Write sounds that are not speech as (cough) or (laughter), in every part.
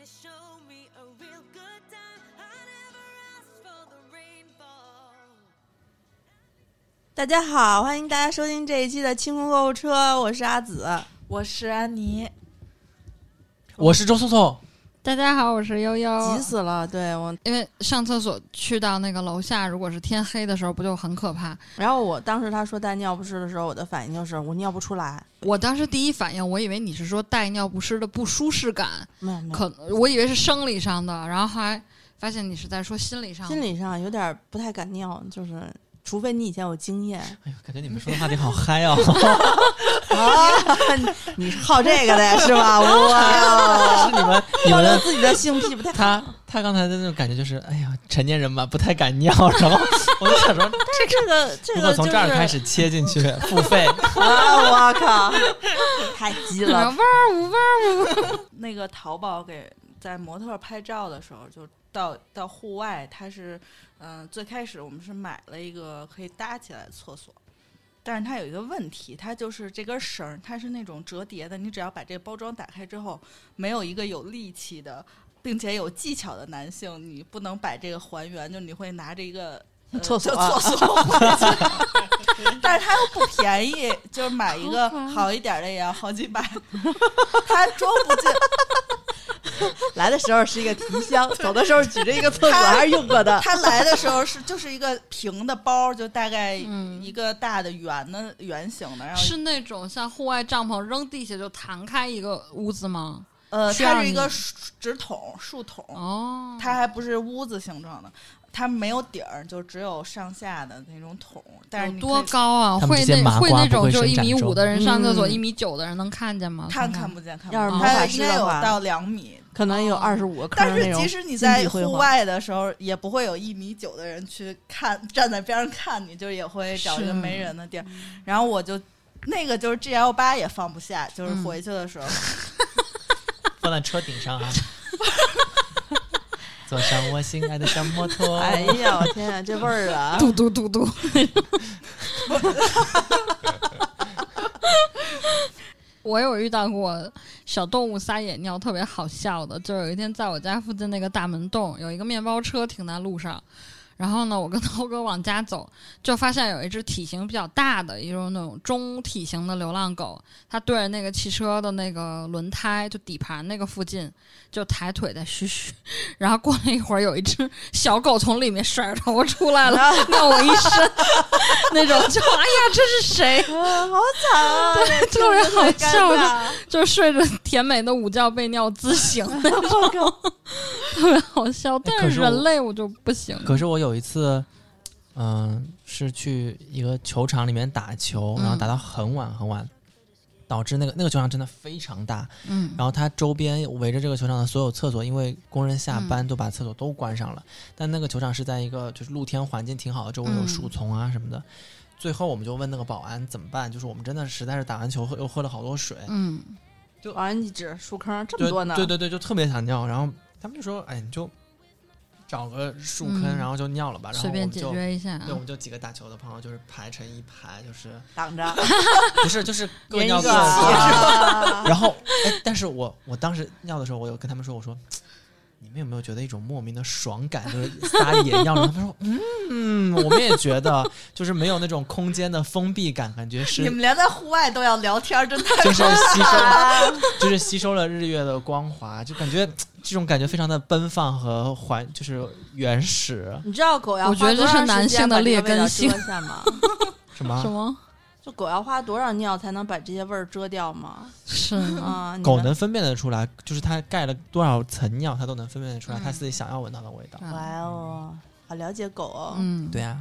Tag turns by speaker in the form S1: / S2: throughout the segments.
S1: has shown me a real good time. I never asked for the rainfall.
S2: 大家好，欢迎大家收听这一期的清空购物车，我是阿紫。
S3: 我是安妮，
S4: 我是周聪聪，
S5: 大家好，我是悠悠
S2: 急。死了，对我，
S5: 因为上厕所去到那个楼下，如果是天黑的时候，不就很可怕？
S2: 然后我当时他说带尿不湿的时候，我的反应就是我尿不出来，
S5: 我当时第一反应，我以为你是说带尿不湿的不舒适感，
S2: 没有没有，
S5: 可我以为是生理上的，然后还发现你是在说心理上的。
S2: 心理上有点不太敢尿，就是除非你以前有经
S3: (laughs)
S2: 验
S4: 哎呦，感觉你们说的话题好嗨
S2: (laughs)
S4: 哦！
S2: 啊，你你是好这个的呀，是
S3: (laughs)
S2: 吧？哇，
S4: 是你们你
S2: 暴
S4: 们
S2: 露
S4: 的
S2: 自己的性癖不太
S4: 他他刚才的那种感觉就是，哎呀，成年人嘛不太敢尿，然后 (laughs) 我就想说，
S2: 这这个这
S4: 如果
S2: 个就
S4: 从这儿开
S2: 是
S4: 始切进
S2: (laughs)
S4: 去付费，
S3: (laughs)
S2: 啊，我靠，太急
S5: 然后
S2: 了，
S5: 哇儿呜哇儿
S3: 那个淘宝给在模特儿拍照的时候，就到到户外，它是嗯、呃最开始我们是买了一个可以搭起来的厕所，但是它有一个问题，它就是这根绳儿它是那种折叠的，你只要把这个包装打开之后，没有一个有力气的。并且有技巧的男性，你不能把这个还原，就你会拿着一个、呃、
S2: 厕所
S3: 就厕所回去但是它又不便宜，就是买一个
S5: 好烦
S3: 好一点的也要好几百，它装不进，
S2: 来的时候是一个提箱，走的时候举着一个厕所，还是用过的。
S3: (laughs) 他来的时候是就是一个平的包，就大概
S5: 嗯
S3: 一个大的圆的圆形的，然后
S5: 是那种像户外帐篷扔地下就弹开一个屋子吗？
S3: 呃，
S5: 需要
S3: 它是一
S5: 你
S3: 个竖直筒竖筒，
S5: 哦，
S3: 它还不是屋子形状的，它没有底儿，就只有上下的那种筒，但是
S5: 有
S3: 你
S5: 多
S3: 可以
S5: 高啊？
S4: 他们
S5: 会
S4: 这些麻
S5: 那
S4: 瓜
S5: 会那
S4: 不
S5: 种
S4: 会
S5: 就
S4: 伸
S5: 一
S4: 展
S5: 米五
S4: 轴
S5: 的人上厕所，
S2: 嗯
S5: 一米九的人能看见吗？
S3: 看看不见，看不
S2: 要是
S3: 见，
S2: 魔法
S3: 它
S2: 师
S3: 应该
S2: 的
S3: 有
S2: 话
S3: 到
S5: (laughs)
S3: 两米。
S2: 可能有二十五个坑
S3: 但
S2: 儿那
S3: 是
S2: 种
S3: 即使你
S2: 金碧
S3: 在
S2: 辉
S3: 户
S2: 煌
S3: 外的时候，也不会有一米九的人去看，站在边上看你，就是也会找一
S2: 是
S3: 个没人的地儿。然后我就那个就是 G L 八也放不下，就是
S5: 嗯
S3: 回去的时候，
S4: 放在车
S2: (laughs)
S4: 顶上啊。坐上我心爱的小摩托，
S2: 哎呀，我天啊，这味儿啊！
S5: 嘟嘟嘟嘟。 (laughs) 我有遇到过小动物撒野尿特别好笑的，就是有一天在我家附近那个大门洞有一个面包车停在路上，然后呢，我跟涛哥往家走，就发现有一只体型比较大的，一种那种中体型的流浪狗，它对着那个汽车的那个轮胎，就底盘那个附近，就抬腿在嘘嘘。然后过了一会儿，有一只小狗从里面甩着头出来了，尿我一 (laughs) 身，那种就哎呀，这是 (laughs) 谁？
S2: 啊，好惨啊！
S5: 对特别好笑
S2: 真的尴尬
S5: 就睡着甜美的午觉被尿滋 (laughs) 醒那种，特别好笑。但
S4: 哎可
S5: 是
S4: 是我
S5: 人类我就不行，
S4: 可是我有一次，嗯、是去一个球场里面打球，然后
S5: 嗯
S4: 打到很晚很晚，导致那个那个球场真的非常大，
S5: 嗯，
S4: 然后它周边围着这个球场的所有厕所，因为工人
S5: 嗯
S4: 下班都把厕所都关上了，但那个球场是在一个就是露天环境挺好的，周围有
S5: 嗯
S4: 树丛啊什么的。最后我们就问那个保安怎么办，就是我们真的实在是打完球喝又喝了好多水，
S5: 嗯，
S2: 保安一指树坑这
S4: 对
S2: 么多呢，
S4: 对对对，就特别想尿，然后他们就说，哎，你就找个树坑，
S5: 嗯
S4: 然后就尿了吧，然后
S5: 随
S4: 我们
S5: 便解
S4: 就。
S5: 决一下啊。
S4: 对，我们就几个打球的朋友，就是排成一排，就是
S2: 挡着，
S4: 不是
S5: (laughs)
S4: 就是各
S2: 人一
S4: 尿各
S2: 个
S4: 的。
S2: 啊。
S4: (laughs) 然后，哎，但是我我当时尿的时候，我有跟他们说，我说你们有没有觉得一种莫名的爽感，就是撒野尿了？他们说，嗯，我们也觉得，就是没有那种空间的封闭感，感觉
S3: 你
S4: 是
S3: 们连在户外都要聊天儿，真的。
S4: 就是吸收，
S3: 啊
S4: 就是吸收了日月的光华，就感觉这种感觉非常的奔放和还就是原始，
S2: 你知道狗要
S5: 我觉得这是男性的劣根性
S2: 性下吗？
S4: 什么
S5: 什么？
S2: 就狗要花多少尿才能把这些味儿遮掉吗？
S5: 是 (laughs)
S2: 啊，你
S4: 狗
S2: 们
S4: 能分辨得出来，就是它盖了多少层尿，它都能分辨得出来，
S5: 嗯
S4: 它自己想要闻到的味道。
S2: 哇哦，好了解狗哦。
S5: 啊嗯，
S4: 对啊，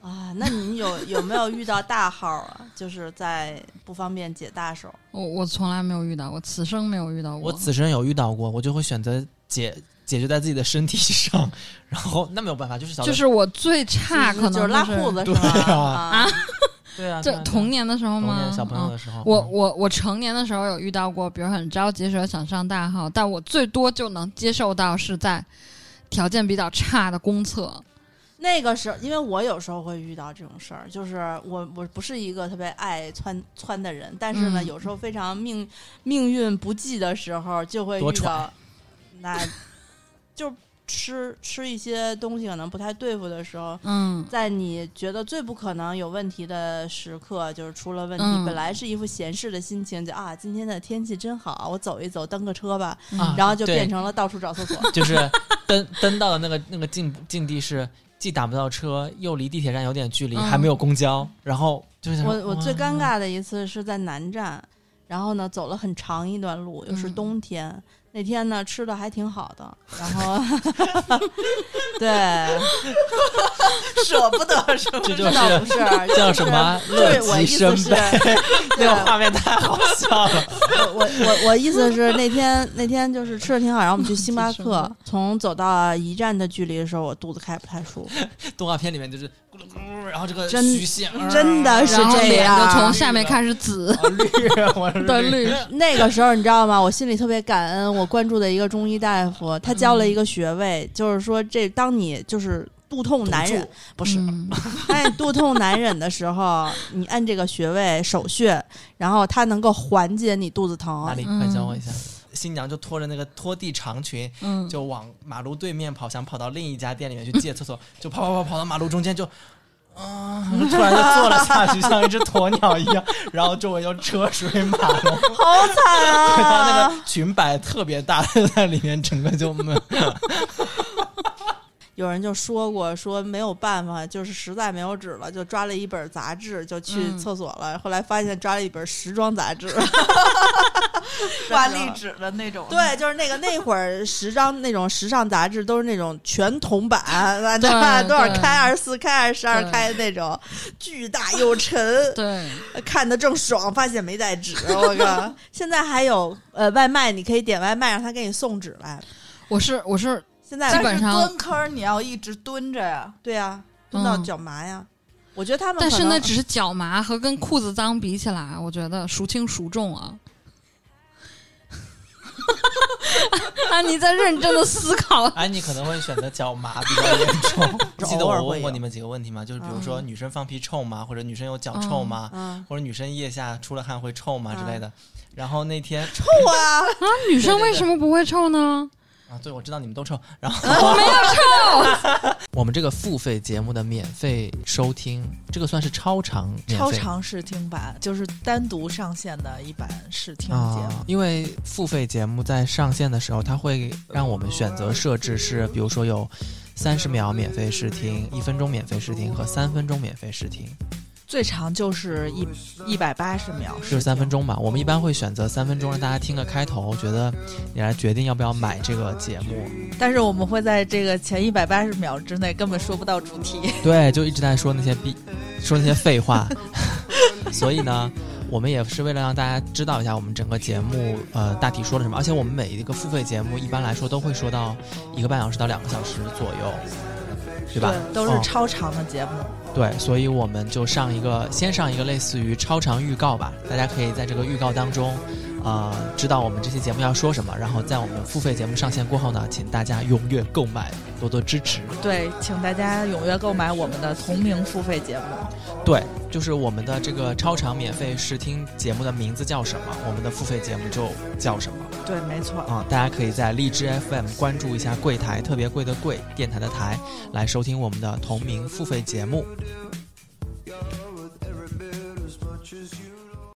S2: 啊，那你有有没有遇到大号啊？就是 (laughs) 在不方便解大手，
S5: 我我从来没有遇到过，此生没有遇到过。
S4: 我此生有遇到过，我就会选择解解决在自己的身体上，然后那没有办法，就是小的
S5: 就是我最差，
S2: 就
S5: 可能
S2: 是拉
S5: 就是
S2: 裤子是
S4: 对
S2: 吧？
S4: 啊
S2: 啊，
S4: 对啊，对
S5: 这
S4: 啊
S5: 童年的时候
S4: 童
S5: 吗？
S4: 年小朋友
S5: 嗯
S4: 的时候，
S5: 我我我成年的时候有遇到过，比如很着急说想上大号，但我最多就能接受到是在条件比较差的公厕。
S2: 那个时候，因为我有时候会遇到这种事儿，就是我我不是一个特别爱窜窜的人，但是呢，
S5: 嗯
S2: 有时候非常命命运不济的时候，就会遇
S4: 多
S2: 到
S4: 舛
S2: 那就吃吃一些东西可能不太对付的时候，
S5: 嗯
S2: 在你觉得最不可能有问题的时刻，就是出了问题，
S5: 嗯
S2: 本来是一副闲适的心情，就啊，今天的天气真好，我走一走，蹬个车吧，
S4: 啊
S5: 嗯
S2: 然后就
S4: 对
S2: 变成了到处找厕所。
S4: 就是登登到的那个那个境境地是既打不到车，又离地铁站有点距离，
S5: 嗯
S4: 还没有公交，然后就是想说
S2: 我我最
S4: 哇
S2: 尴尬的一次是在南站，然后呢走了很长一段路，又是
S5: 嗯
S2: 冬天。那天呢，吃的还挺好的，然后，对，
S3: 舍不得是吧？
S4: (laughs) 这就
S2: 这倒不
S4: 是
S2: 是
S4: 叫什？么啊
S2: 就是
S4: 乐
S2: 就是我
S4: 极
S2: 意
S4: 生
S2: 思是，
S4: 悲， (laughs) 那
S2: 对
S4: 个画面太好笑了。
S2: 我我我我意思是那天那天就是吃的挺好，然后我们去星巴
S5: 这什
S2: 克
S5: 么，
S2: 从走到一站的距离的时候，我肚子开不太舒服，
S4: 动画片里面就是咕噜咕噜，然后这个
S2: 真
S4: 虚线，啊
S2: 真的是
S5: 然后
S2: 这
S5: 脸就
S2: 样
S5: 从。下面开始紫，
S4: 啊绿，我是
S5: 对绿
S2: 那个时候你知道吗？我心里特别感恩，我关注的一个中医大夫，他教
S4: 嗯
S2: 了一个穴位，就是说这当你就是肚痛难忍，不是，
S4: (laughs)
S5: 嗯
S2: 当你肚痛难忍的时候，你按这个穴位手穴，然后它能够缓解你肚子
S4: 哪
S2: 疼。
S4: 里？
S5: 嗯
S4: 快教我一下。新娘就拖着那个拖地长裙，
S5: 嗯，
S4: 就往马路对面跑，想跑到另一家店里面去借
S2: (laughs)
S4: 厕所，就跑跑跑跑到马路中间就，啊、突然就坐了下去，像一只鸵鸟一样， (laughs) 然后周围就车水马龙， (laughs)
S2: 好惨
S4: 对她那
S2: 啊！
S4: 个裙摆特别大，在里面整个就
S2: (laughs)
S4: 闷。
S2: 有人就说过，说没有办法，就是实在没有纸了，就抓了一本杂志，就去
S5: 嗯
S2: 厕所了。后来发现抓了一本时装杂志，
S3: 挂历纸的那种，
S2: 对，就是那个那会儿时装那种时尚杂志都是那种全铜版，那
S5: 对
S2: 那多少
S5: 对
S2: 开二十四开二十二
S5: 对
S2: 开的那种，巨大又沉，
S5: (laughs) 对，
S2: 看的正爽，发现没带纸，我
S5: (laughs)
S2: 靠！现在还有呃外卖，你可以点外卖，让他给你送纸来。
S5: 我是我是
S2: 现
S3: 但
S2: 在
S5: 基本
S3: 是
S5: 上
S3: 蹲坑儿你要一直蹲着呀。
S2: 对啊，蹲到
S5: 嗯
S2: 脚麻呀。我觉得他们
S5: 但
S2: 可
S5: 是
S2: 能
S5: 那只是脚麻和跟裤子脏比起来，我觉得孰轻孰重啊！ (laughs) 安啊妮在认真的思考，
S4: 安哎妮可能会选择脚麻比较严重。记
S2: (laughs)
S4: 得
S2: 偶尔
S4: 我
S2: 会
S4: 问
S2: 有
S4: 过你们几个问题吗？就是比如说女生放屁臭吗？或者女生有脚
S5: 嗯
S4: 臭吗？
S2: 嗯
S4: 或者女生腋下出了汗会臭吗之类的。然后那天
S2: 臭啊，
S5: 女生为什么不会臭呢？
S4: 啊，对，我知道你们都臭，然后我没有臭。我们这个付费节目的免费收听，这个算是超长免
S3: 超
S4: 费
S3: 长试听版就是单独上线的一版试听节目
S4: 啊，，因为付费节目在上线的时候，它会让我们选择设置是，比如说有三十秒免费试听、一分钟免费试听和三分钟免费试听，
S3: 最长就是一一百八十秒，
S4: 就是三分钟吧。我们一般会选择三分钟，让大家听个开头，觉得你来决定要不要买这个节目。
S3: 但是我们会在这个前一百八十秒之内根本说不到主题。
S4: 对，就一直在说那些逼，说那些废话。 (laughs) 所以呢，我们也是为了让大家知道一下我们整个节目呃大体说了什么，而且我们每一个付费节目一般来说都会说到一个半小时到两个小时左右，对吧？
S3: 都是
S4: 嗯
S3: 超长的节目。
S4: 对，所以我们就上一个，先上一个类似于超长预告吧，大家可以在这个预告当中，呃，知道我们这期节目要说什么，然后在我们付费节目上线过后呢，请大家踊跃购买，多多支持。
S3: 对，请大家踊跃购买我们的同名付费节目。
S4: 对，就是我们的这个超长免费试听节目的名字叫什么，我们的付费节目就叫什么
S3: 对，没错。
S4: 啊、大家可以在荔枝 FM 关注一下柜台，特别贵的贵，电台的台，来收听我们的同名付费节目。
S6: You're worth every bit as much as you